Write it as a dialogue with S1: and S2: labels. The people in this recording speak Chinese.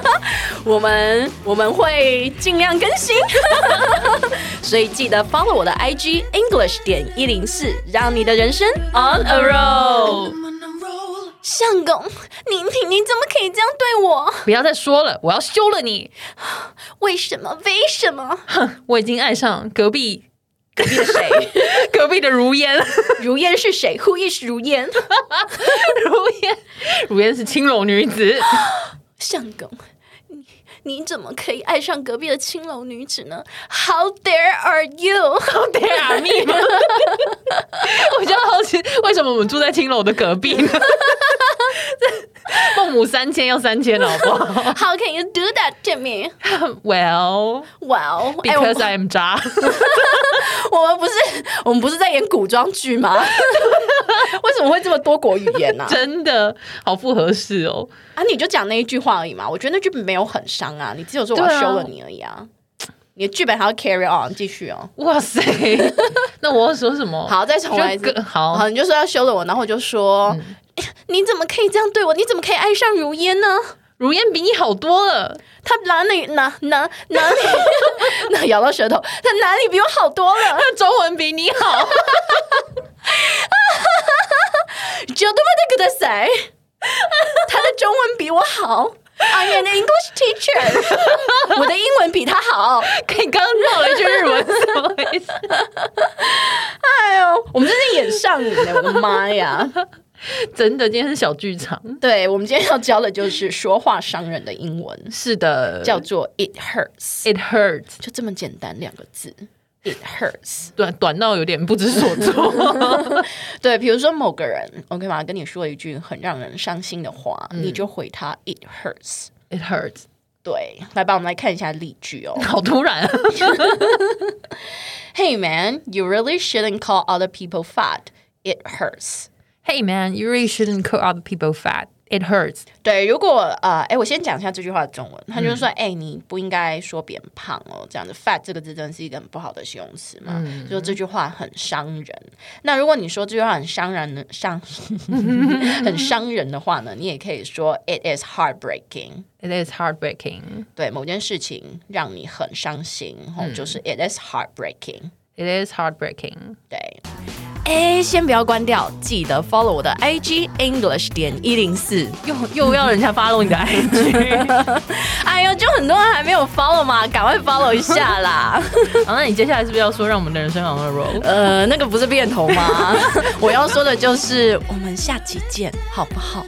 S1: 我们我们会尽量更新， 所以记得 follow 我的 IG English 点一零四，让你的人生 on a roll。相公，您品，您怎么可以这样对 我？
S2: 不要再说了，我要休了你！
S1: 为什么？为什么？
S2: 我已经爱上隔壁
S1: 隔壁的谁？
S2: 隔壁的如烟，
S1: 如烟是谁？Who is 如 烟？
S2: 如烟，如烟是青楼女子。
S1: 相公，你你怎么可以爱上隔壁的青楼女子呢？How dare are you？
S2: How dare I me？我就好奇，为什么我们住在青楼的隔壁 呢？孟母三迁要三迁了，好不好
S1: How can you do that to me?
S2: ？Well,
S1: Wow！哎 我
S2: because I am 渣。
S1: 我们不是我们不是在演古装剧吗？ 为什么会这么多国语言呢、啊？
S2: 真的好不合适哦。
S1: 啊，你就讲那一句话而已嘛。我觉得那句没有很伤啊，你只有说我要
S2: 对啊
S1: 休了你而已啊。你的剧本还要 carry on 继续哦。
S2: 哇塞，那我要说什么？
S1: 好，再重来一
S2: 就
S1: 次。
S2: 更好嗯
S1: 好，你就说要休了我，然后我就说、哎你怎么可以这样对我？你怎么可以爱上如烟呢？
S2: 如烟比你好多了，
S1: 他哪里哪哪哪里那 咬到舌头，他哪里比我好多了？
S2: 她中文比你 好。
S1: 就他妈的给他塞，他的中文比我好。I am an English teacher，我的英文比他好。
S2: 你刚刚绕了一句日文，怎么回事？
S1: 哎呦，我们真是演上瘾了，我的妈呀！
S2: 真的，今天是小剧场。
S1: 对，我们今天要教的就是说话伤人的英文，
S2: 是的，
S1: 叫做 It hurts，
S2: It hurts。
S1: 就这么简单两个字。It hurts。
S2: 短短到有点不知所 措。
S1: 对，比如说某个人，OK 吗？跟你说一句很让人伤心的话，你就回他 It hurts。
S2: It hurts，
S1: 对，来吧，我们来看一下例句 哦。
S2: 好突然。啊
S1: Hey man, you really shouldn't call other people fat. It hurts.
S2: hey man, you really shouldn't call other people fat. It hurts.
S1: 对，如果呃，哎，我先讲一下这句话的中文，他就是说，哎、你不应该说别人胖哦，这样子，fat 这个字真的是一个很不好的形容词嘛，就这句话很伤人。那如果你说这句话很伤人的伤， 很伤人的话呢，你也可以说 it is heartbreaking。
S2: It is heartbreaking.
S1: 对，某件事情让你很伤心，哦，就是 it is heartbreaking。
S2: It is heartbreaking.
S1: 对。哎，先不要关掉，记得 follow 我的 IG English 点一零四。
S2: 又又要人家 follow 你的 IG，
S1: 哎呦，就很多人还没有 follow 嘛，赶快 follow 一下啦。
S2: 好，那你接下来是不是要说让我们的人生 on a roll？
S1: 呃，那个不是变头吗？ 我要说的就是，我们下期见，好不好？